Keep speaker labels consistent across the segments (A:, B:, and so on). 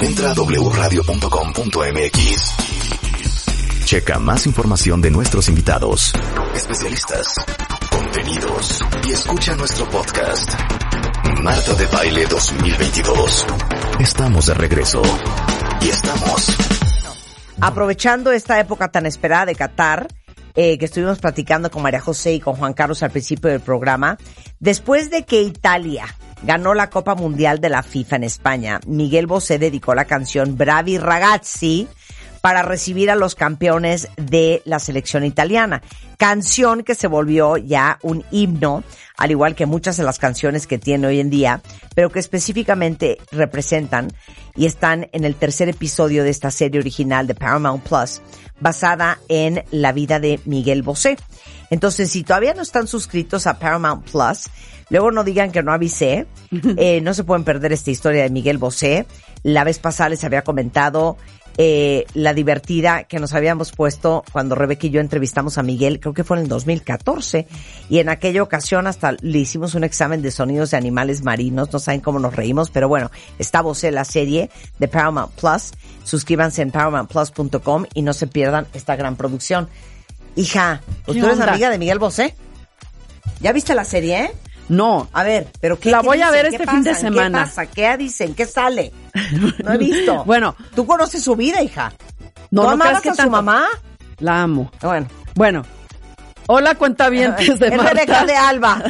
A: Entra a wradio.com.mx. Checa más información de nuestros invitados, especialistas, contenidos y escucha nuestro podcast. Marta de Baile 2022. Estamos de regreso. Y estamos
B: Aprovechando esta época tan esperada de Qatar, eh, que estuvimos platicando con María José y con Juan Carlos al principio del programa, después de que Italia ganó la Copa Mundial de la FIFA en España, Miguel Bosé dedicó la canción Bravi Ragazzi para recibir a los campeones de la selección italiana. Canción que se volvió ya un himno, al igual que muchas de las canciones que tiene hoy en día, pero que específicamente representan y están en el tercer episodio de esta serie original de Paramount Plus, basada en la vida de Miguel Bosé. Entonces, si todavía no están suscritos a Paramount Plus, luego no digan que no avisé. Eh, no se pueden perder esta historia de Miguel Bosé. La vez pasada les había comentado eh, la divertida que nos habíamos puesto cuando Rebeca y yo entrevistamos a Miguel, creo que fue en el 2014, y en aquella ocasión hasta le hicimos un examen de sonidos de animales marinos, no saben cómo nos reímos, pero bueno, está vos en la serie de Paramount Plus, suscríbanse en paramountplus.com y no se pierdan esta gran producción. Hija, pues
C: ¿Qué
B: tú eres
C: onda?
B: amiga de Miguel Bosé. ¿Ya viste la serie, eh?
C: No,
B: A ver, pero ¿qué
C: La
B: qué
C: voy a
B: dicen?
C: ver
B: ¿Qué
C: este fin de
B: pasan?
C: semana.
B: ¿Qué pasa? ¿Qué dicen? ¿Qué sale? No he visto.
C: Bueno.
B: Tú conoces su vida, hija. ¿No,
C: no, no
B: amabas
C: creas que
B: a su
C: tanto.
B: mamá?
C: La amo.
B: Bueno.
C: Bueno, hola cuentavientes de
B: es Rebeca de
C: Marta.
B: Alba.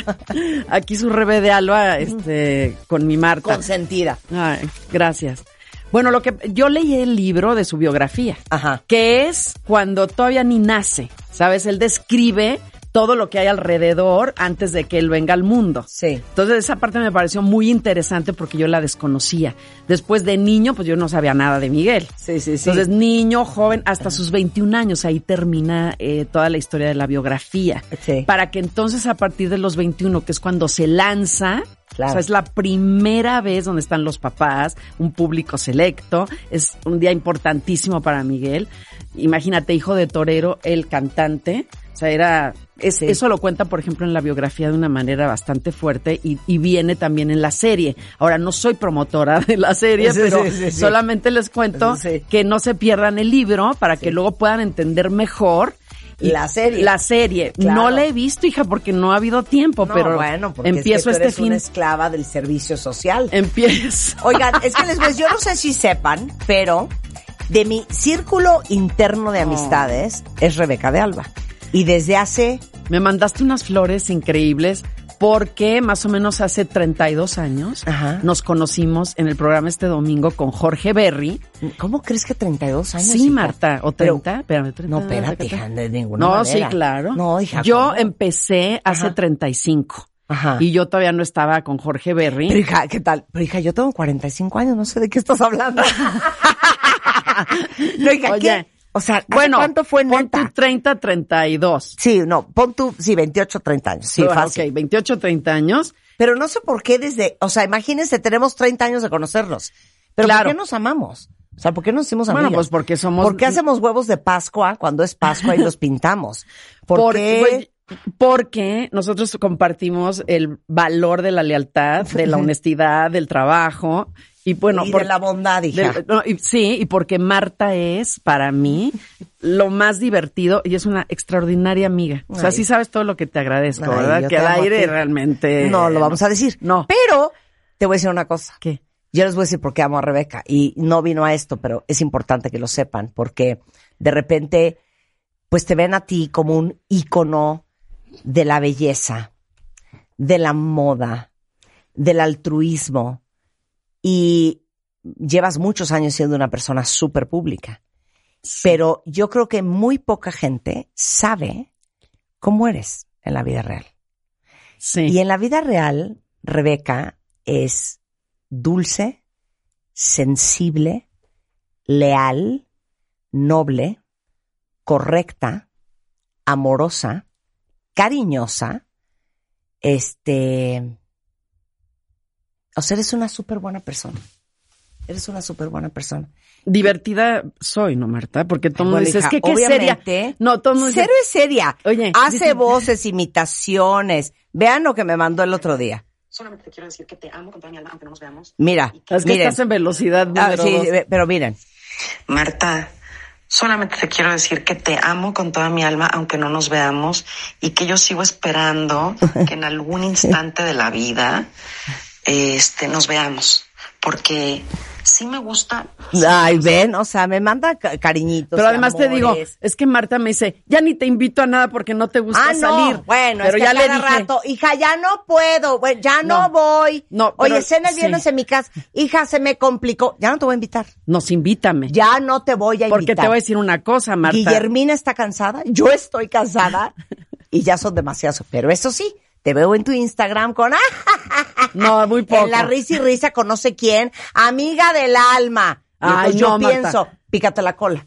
C: Aquí su Rebe de Alba, este, con mi Marta.
B: Consentida.
C: Ay, gracias. Bueno, lo que yo leí el libro de su biografía,
B: Ajá.
C: que es cuando todavía ni nace, ¿sabes? Él describe todo lo que hay alrededor antes de que él venga al mundo.
B: Sí.
C: Entonces esa parte me pareció muy interesante porque yo la desconocía. Después de niño, pues yo no sabía nada de Miguel.
B: Sí, sí, sí.
C: Entonces, niño, joven, hasta sus 21 años, ahí termina eh, toda la historia de la biografía.
B: Sí.
C: Para que entonces a partir de los 21, que es cuando se lanza,
B: Claro.
C: o sea, es la primera vez donde están los papás, un público selecto, es un día importantísimo para Miguel. Imagínate, hijo de torero, el cantante, o sea, era... es-
B: Sí.
C: Eso lo cuenta, por ejemplo, en la biografía de una manera bastante fuerte y, y viene también en la serie. Ahora, no soy promotora de la serie,
B: Sí,
C: pero
B: sí, sí, sí.
C: solamente les cuento
B: Sí.
C: que no se pierdan el libro para que luego puedan entender mejor y-
B: La serie.
C: La serie.
B: Claro.
C: No la he visto, hija, porque no ha habido tiempo,
B: No,
C: pero
B: bueno, porque
C: empiezo
B: es que tú eres
C: este fin. Em
B: una esclava del servicio social.
C: Empiezo.
B: Oigan, es que les ves, yo no sé si sepan, pero de mi círculo interno de amistades es Rebeca de Alba. Y desde hace
C: Me mandaste unas flores increíbles porque más o menos hace 32 años
B: Ajá.
C: nos conocimos en el programa este domingo con Jorge Berry.
B: ¿Cómo crees que 32 años?
C: Sí,
B: hija?
C: Marta, o
B: Pero-
C: 30, espérame, 30,
B: no, espérate, hija, de ninguna
C: No,
B: manera.
C: sí, claro.
B: No, hija.
C: Yo
B: ¿cómo?
C: empecé hace
B: Ajá.
C: 35
B: Ajá.
C: y yo todavía no estaba con Jorge Berry.
B: Ah. Pero hija, ¿qué tal? Pero hija, yo tengo 45 años, no sé de qué estás hablando. no, hija,
C: Oye,
B: ¿qué? O sea, ¿hace
C: bueno,
B: ¿cuánto fue
C: pon tu
B: neta?
C: 30, 32.
B: Sí, no, pon tú, sí, 28, 30 años. Sí,
C: Bueno,
B: fácil.
C: Ok, 28, 30 años.
B: Pero no sé por qué desde, o sea, imagínense, tenemos 30 años de conocernos. Pero
C: Claro.
B: ¿por qué nos amamos? O sea, ¿por qué nos hicimos
C: Bueno,
B: amigos?
C: pues porque somos-
B: ¿Por qué hacemos huevos de Pascua cuando es Pascua y los pintamos? ¿Por
C: Porque,
B: qué?
C: güey, porque nosotros compartimos el valor de la lealtad, de la honestidad, del trabajo y bueno,
B: y
C: por-
B: de la bondad, hija.
C: de- no, y- sí, y porque Marta es para mí lo más divertido y es una extraordinaria amiga. O sea,
B: Ay.
C: sí sabes todo lo que te agradezco,
B: Ay,
C: ¿verdad?
B: yo
C: Que
B: te
C: al
B: amo a
C: aire
B: ti.
C: realmente
B: eh, no lo vamos a decir.
C: No.
B: Pero te voy a decir una cosa.
C: ¿Qué?
B: Yo les voy a decir por qué amo a Rebeca. Y no vino a esto, pero es importante que lo sepan, porque de repente, pues te ven a ti como un ícono de la belleza, de la moda, del altruismo. Y llevas muchos años siendo una persona súper pública. Pero yo creo que muy poca gente sabe cómo eres en la vida real.
C: Sí.
B: Y en la vida real, Rebeca es dulce, sensible, leal, noble, correcta, amorosa, cariñosa, este, o sea, eres una súper buena persona. Eres una súper buena persona.
C: divertida soy, ¿no, Marta? Porque todo el mundo
B: Bueno,
C: dice, es
B: hija,
C: que qué seria. eh,
B: obviamente,
C: No, todo el mundo dice,
B: Cero es seria.
C: Oye,
B: Hace
C: dicen-
B: voces, imitaciones. Vean lo que me mandó el otro día.
D: Solamente te quiero decir que te amo con toda mi alma, aunque no nos veamos.
B: Mira,
C: es que
B: miren.
C: estás en velocidad
B: Ah,
C: número
B: sí,
C: dos.
B: ve- pero miren.
D: Marta, solamente te quiero decir que te amo con toda mi alma, aunque no nos veamos, y que yo sigo esperando que en algún instante de la vida este, nos veamos. Porque sí me gusta.
B: Ay, ven, o sea, me manda ca- cariñitos.
C: Pero
B: y
C: además te digo,
B: amores.
C: es que Marta me dice, ya ni te invito a nada porque no te gusta
B: Ah, no.
C: salir.
B: Bueno,
C: pero
B: es que
C: ya
B: a
C: le
B: cada
C: dije,
B: rato, hija, ya no puedo, bueno, ya no,
C: No.
B: voy.
C: No, pero-
B: Oye, cena el viernes
C: sí.
B: en mi casa. Hija, se me complicó. Ya no te voy a invitar.
C: nos invítame.
B: Ya no te voy a invitar.
C: porque te voy a decir una cosa, Marta.
B: Guillermina está cansada, yo estoy cansada y ya son demasiados. Pero eso sí, te veo en tu Instagram con ah,
C: No, muy poco.
B: en la risa y risa con no sé quién, amiga del alma. Y
C: Ay,
B: entonces yo
C: no, Marta.
B: pienso, pícate la cola.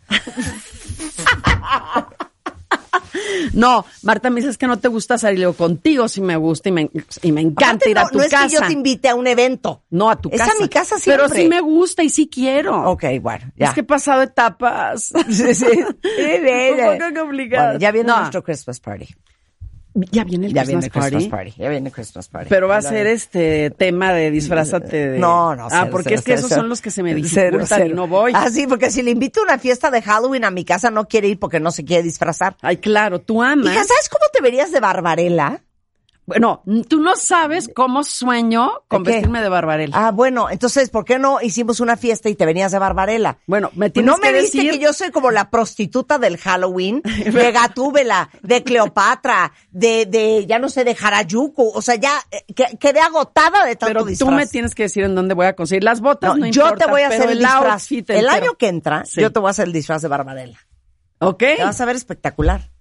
C: No, Marta me dice, es que no te gusta salir. Le digo, contigo sí me gusta y me, y me encanta
B: Aparte,
C: ir a
B: no,
C: tu
B: no
C: casa.
B: es que yo te invite a un evento.
C: No, a tu
B: Es a
C: casa.
B: mi casa
C: Pero
B: siempre.
C: sí me gusta y sí quiero.
B: Ok, bueno, ya.
C: Es que he pasado etapas.
B: Sí, sí.
C: Como no, no obligadas.
B: Bueno, ya viene
C: No.
B: nuestro Christmas party.
C: Ya viene el
B: Ya
C: Christmas,
B: viene el Christmas
C: party.
B: party. Ya viene el Christmas party.
C: Pero va a
B: Lo
C: ser
B: haré.
C: este tema de disfrázate de...
B: No, no.
C: Ah,
B: cero,
C: porque
B: cero,
C: es que
B: cero,
C: esos
B: cero.
C: son los que se me
B: Cero,
C: dificultan
B: cero.
C: y no voy.
B: Ah, sí, porque si le invito a una fiesta de Halloween a mi casa, no quiere ir porque no se quiere disfrazar.
C: Ay, claro, tú amas.
B: Hija, ¿sabes cómo te verías de Barbarella?
C: Bueno, tú no sabes cómo sueño con
B: ¿De qué?
C: vestirme de barbarela.
B: Ah, bueno, entonces, ¿por qué no hicimos una fiesta y te venías de Barbarella?
C: Bueno, me tienes
B: ¿No me
C: que
B: viste
C: decir-
B: que yo soy como la prostituta del Halloween? De Gatúbela, de Cleopatra, de, de, ya no sé, de Harajuku. O sea, ya eh, que- quedé agotada de tanto
C: pero
B: disfraz.
C: tú me tienes que decir en dónde voy a conseguir las botas.
B: No,
C: No,
B: yo
C: importa,
B: te voy a
C: pero
B: hacer el
C: el
B: disfraz.
C: outfit
B: El
C: entero.
B: año que entra, Ah,
C: Sí.
B: yo te voy a hacer el disfraz de Barbarella.
C: Ok.
B: Te vas a ver espectacular.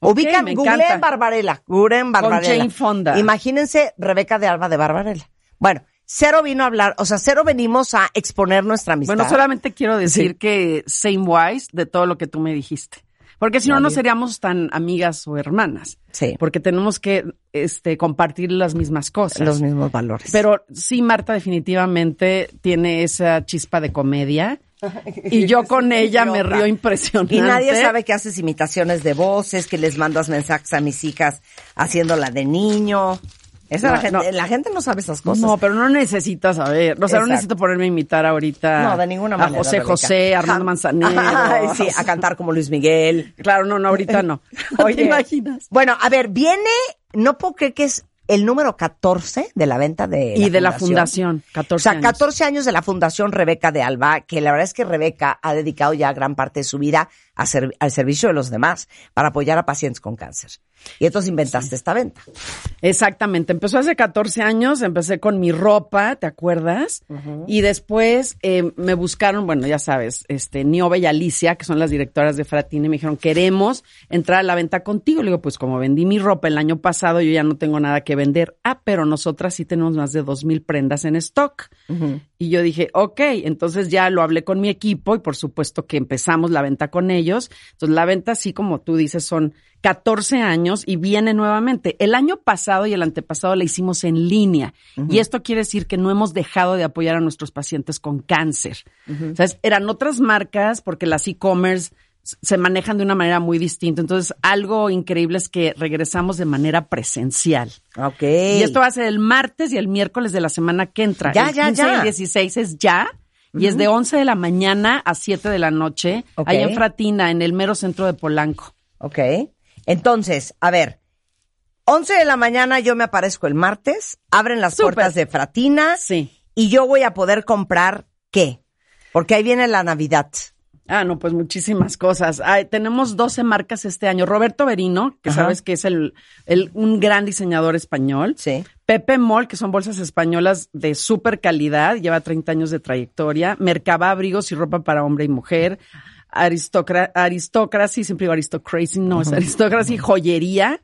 C: Ok,
B: Ubican,
C: me
B: googleen
C: encanta.
B: Barbarella. Googleen Barbarella.
C: Jane Fonda.
B: Imagínense Rebeca de Alba de Barbarella. Bueno, Cero vino a hablar, o sea, Cero venimos a exponer nuestra amistad.
C: Bueno, solamente quiero decir
B: Sí.
C: que same wise de todo lo que tú me dijiste. Porque si no, no seríamos tan amigas o hermanas.
B: Sí.
C: Porque tenemos que este, compartir las mismas cosas.
B: los mismos valores.
C: Pero sí, Marta definitivamente tiene esa chispa de comedia. Y yo con ella me río impresionante.
B: y nadie sabe que haces imitaciones de voces, que les mandas mensajes a mis hijas haciéndola de niño. Esa
C: No,
B: la, gente,
C: no.
B: la gente no sabe esas cosas.
C: No, pero no necesitas saber. O sea,
B: Exacto.
C: no necesito ponerme a imitar ahorita.
B: No, de ninguna manera.
C: A José
B: Rebeca.
C: José, a Armando
B: Ja-
C: Manzanero.
B: Ay, sí, a cantar como Luis Miguel.
C: Claro, no, no, ahorita no.
B: Oye,
C: ¿Te imaginas?
B: Bueno, a ver, viene, no puedo creer que es el número 14 de la venta de.
C: Y de la fundación, 14
B: O sea,
C: años.
B: 14 años de la Fundación Rebeca de Alba, que la verdad es que Rebeca ha dedicado ya gran parte de su vida a ser- al servicio de los demás para apoyar a pacientes con cáncer. Y entonces inventaste esta venta.
C: Exactamente. Empezó hace 14 años, empecé con mi ropa, ¿te acuerdas? Y después eh, me buscaron, bueno, ya sabes, este, Niobe y Alicia, que son las directoras de Fratini, me dijeron, queremos entrar a la venta contigo. Le digo, pues como vendí mi ropa el año pasado, yo ya no tengo nada que vender. Ah, pero nosotras sí tenemos más de 2.000 prendas en stock. Y yo dije, ok, entonces ya lo hablé con mi equipo y por supuesto que empezamos la venta con ellos. Entonces la venta, sí, como tú dices, son 14 años y viene nuevamente. El año pasado y el antepasado la hicimos en línea. Y esto quiere decir que no hemos dejado de apoyar a nuestros pacientes con cáncer. ¿Sabes? Eran otras marcas porque las e-commerce s- se manejan de una manera muy distinta. Entonces, algo increíble es que regresamos de manera presencial.
B: Ok.
C: Y esto va a ser el martes y el miércoles de la semana que entra.
B: Ya,
C: el
B: ya,
C: 15
B: ya.
C: y el 16 es ya. Y es de 11 de la mañana a 7 de la noche,
B: Ok.
C: ahí en Fratina, en el mero centro de Polanco.
B: Ok. Entonces, a ver. 11 de la mañana yo me aparezco el martes, abren las
C: Súper.
B: puertas de Fratina.
C: Sí.
B: Y yo voy a poder comprar qué? Porque ahí viene la Navidad.
C: Ah, no, pues muchísimas cosas. Ay, tenemos 12 marcas este año. Roberto Berino, que
B: Ajá.
C: sabes que es el, el- un gran diseñador español.
B: Sí.
C: Pepe Mol, que son bolsas españolas de súper calidad, lleva 30 años de trayectoria. Mercaba abrigos y ropa para hombre y mujer. aristocra aristocracy, siempre digo aristocracy, no, es aristocracy, joyería,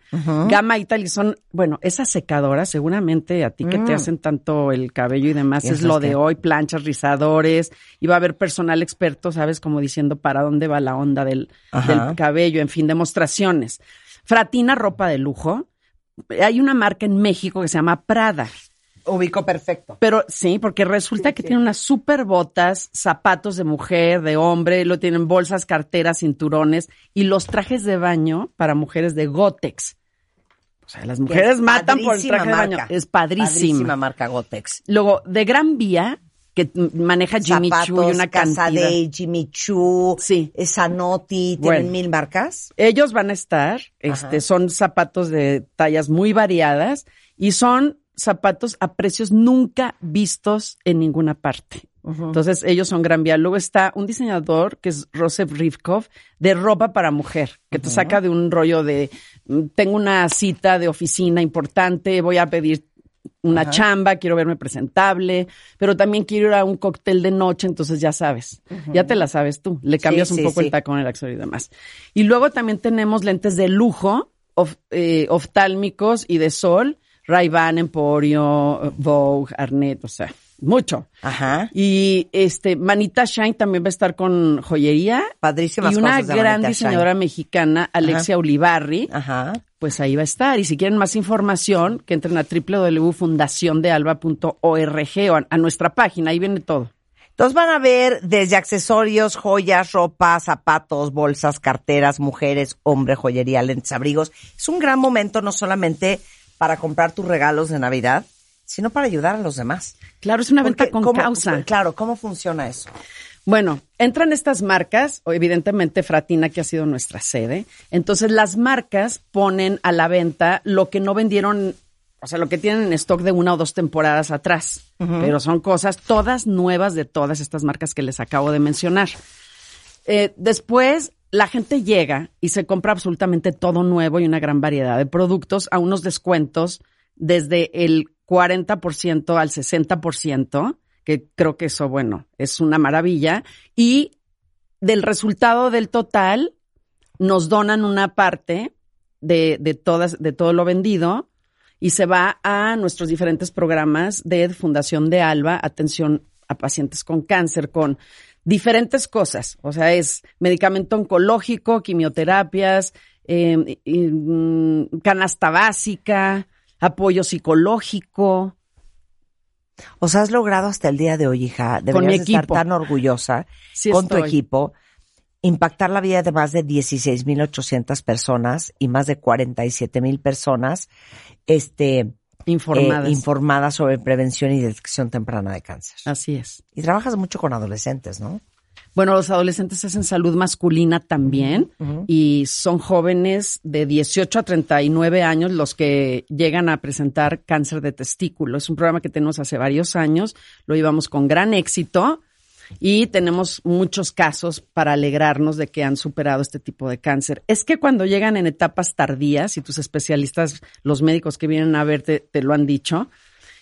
C: gama Italy, son, bueno, esas secadoras, seguramente a ti que te hacen tanto el cabello y demás,
B: Mm. Y
C: es
B: esas
C: lo de
B: que-
C: hoy, planchas, rizadores, y va a haber personal experto, sabes, como diciendo para dónde va la onda del,
B: Ajá.
C: del cabello, en fin, demostraciones. Fratina, ropa de lujo. Hay una marca en México que se llama Prada.
B: Ubico perfecto.
C: Pero sí, porque resulta que tiene unas super botas, zapatos de mujer, de hombre, lo tienen bolsas, carteras, cinturones y los trajes de baño para mujeres de Gotex. O sea, las mujeres
B: Es
C: matan por el
B: padrísima
C: traje de baño.
B: marca.
C: Es padrísima.
B: Padrísima marca Gotex.
C: Luego, de Gran Vía, que m- maneja Jimmy Choo y
B: Zapatos,
C: una
B: Casa
C: cantidad.
B: de Jimmy Choo,
C: Sí.
B: eh, Sanotti, tienen
C: Bueno.
B: mil marcas.
C: Ellos van a estar, este, son zapatos de tallas muy variadas y son zapatos a precios nunca vistos en ninguna parte. Entonces, ellos son gran vía. Luego está un diseñador que es Rosef Rivkov de ropa para mujer, que te saca de un rollo de mm, tengo una cita de oficina importante, voy a pedir una chamba, quiero verme presentable, pero también quiero ir a un cóctel de noche, entonces ya sabes, ya te la sabes tú, le cambias un
B: sí,
C: poco
B: sí.
C: el tacón, el accesorio y demás. Y luego también tenemos lentes de lujo, of- eh, oftálmicos y de sol, Ray-Ban, Emporio, Vogue, Arnett, o sea, mucho.
B: Ajá.
C: Y este Manita Shine también va a estar con joyería.
B: Padrísimas
C: Y una
B: cosas de
C: gran
B: Manita
C: diseñadora mexicana, Alexia Ulibarri,
B: Ajá.
C: pues ahí va a estar. Y si quieren más información, que entren a www.fundaciondealba.org o a, a nuestra página, ahí viene todo.
B: Entonces van a ver desde accesorios, joyas, ropa, zapatos, bolsas, carteras, mujeres, hombre, joyería, lentes, abrigos. Es un gran momento no solamente para comprar tus regalos de Navidad, sino para ayudar a los demás.
C: Claro, es una venta
B: Porque,
C: con
B: ¿cómo-
C: causa.
B: Claro, ¿cómo funciona eso?
C: Bueno, entran estas marcas, o evidentemente Fratina, que ha sido nuestra sede. Entonces, las marcas ponen a la venta lo que no vendieron, o sea, lo que tienen en stock de una o dos temporadas atrás. Pero son cosas todas nuevas de todas estas marcas que les acabo de mencionar. Eh, después, la gente llega y se compra absolutamente todo nuevo y una gran variedad de productos a unos descuentos desde el 40% al 60%, que creo que eso, bueno, es una maravilla. Y del resultado del total, nos donan una parte de, de todas, de todo lo vendido y se va a nuestros diferentes programas de Fundación de Alba, atención a pacientes con cáncer, con diferentes cosas. O sea, es medicamento oncológico, quimioterapias, eh, y- y, mm, canasta básica, apoyo psicológico.
B: O sea, has logrado hasta el día de hoy, hija.
C: mi
B: Deberías de estar
C: equipo.
B: tan orgullosa
C: Sí
B: con tu
C: estoy.
B: equipo. Impactar la vida de más de 16.800 personas y más de 47.000 personas este, eh,
C: Informadas.
B: informadas sobre prevención y detección temprana de cáncer.
C: Así es.
B: Y trabajas mucho con adolescentes, ¿no?
C: Bueno, los adolescentes hacen salud masculina también y son jóvenes de 18 a 39 años los que llegan a presentar cáncer de testículo. Es un programa que tenemos hace varios años, lo llevamos con gran éxito y tenemos muchos casos para alegrarnos de que han superado este tipo de cáncer. Es que cuando llegan en etapas tardías, y tus especialistas, los médicos que vienen a verte, te lo han dicho,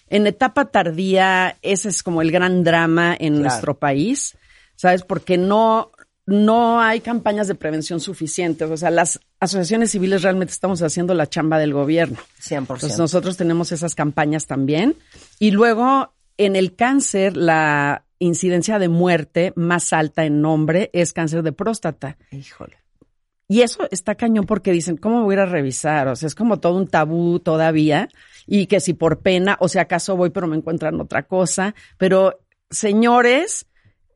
C: en etapa tardía, ese es como el gran drama en nuestro país, ¿sabes? Porque no, no hay campañas de prevención suficientes. O sea, las asociaciones civiles realmente estamos haciendo la chamba del gobierno.
B: 100%.
C: Entonces Pues nosotros tenemos esas campañas también. Y luego, en el cáncer, la incidencia de muerte más alta en nombre es cáncer de próstata.
B: Híjole.
C: Y eso está cañón porque dicen, ¿cómo voy a ir a revisar? O sea, es como todo un tabú todavía y que si por pena, o si acaso voy pero me encuentran otra cosa. Pero señores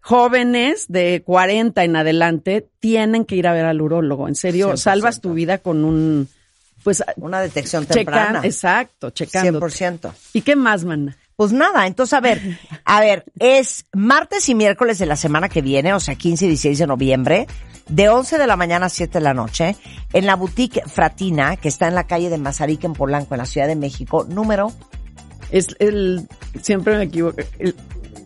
C: jóvenes de 40 en adelante tienen que ir a ver al urólogo. En serio,
B: 100%.
C: salvas tu vida con un, pues,
B: Una detección temprana.
C: checando, exacto, checando.
B: 100%.
C: ¿Y qué más, mana?
B: Pues nada, entonces a ver, a ver, es martes y miércoles de la semana que viene, o sea, 15 y 16 de noviembre, de 11 de la mañana a 7 de la noche, en la boutique Fratina, que está en la calle de Mazarik en Polanco, en la Ciudad de México, número
C: Es el, siempre me equivoco, el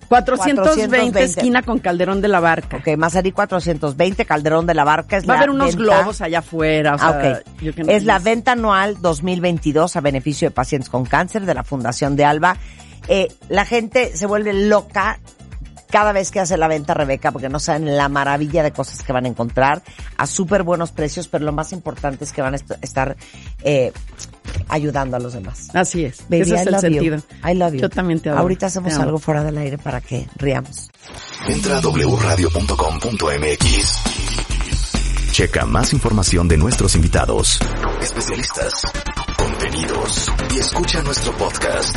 C: 420,
B: 420.
C: esquina con Calderón de la Barca.
B: Ok, Mazarik 420, Calderón de la Barca. Es
C: Va a
B: la
C: haber unos
B: venta-
C: globos allá afuera. O sea,
B: Ah, ok.
C: yo que no-
B: Es la venta anual 2022 a beneficio de pacientes con cáncer de la Fundación de Alba. Eh, la gente se vuelve loca cada vez que hace la venta Rebeca, porque no saben la maravilla de cosas que van a encontrar a súper buenos precios, pero lo más importante es que van a est- estar eh, ayudando a los demás.
C: Así es.
B: Baby,
C: Ese
B: I
C: es el
B: love you.
C: sentido.
B: I love you.
C: Yo también te adoro.
B: Ahorita
C: Te
B: hacemos
C: amo.
B: algo fuera del aire para que riamos.
A: Entra a wradio.com.mx. Checa más información de nuestros invitados, especialistas, contenidos y escucha nuestro podcast.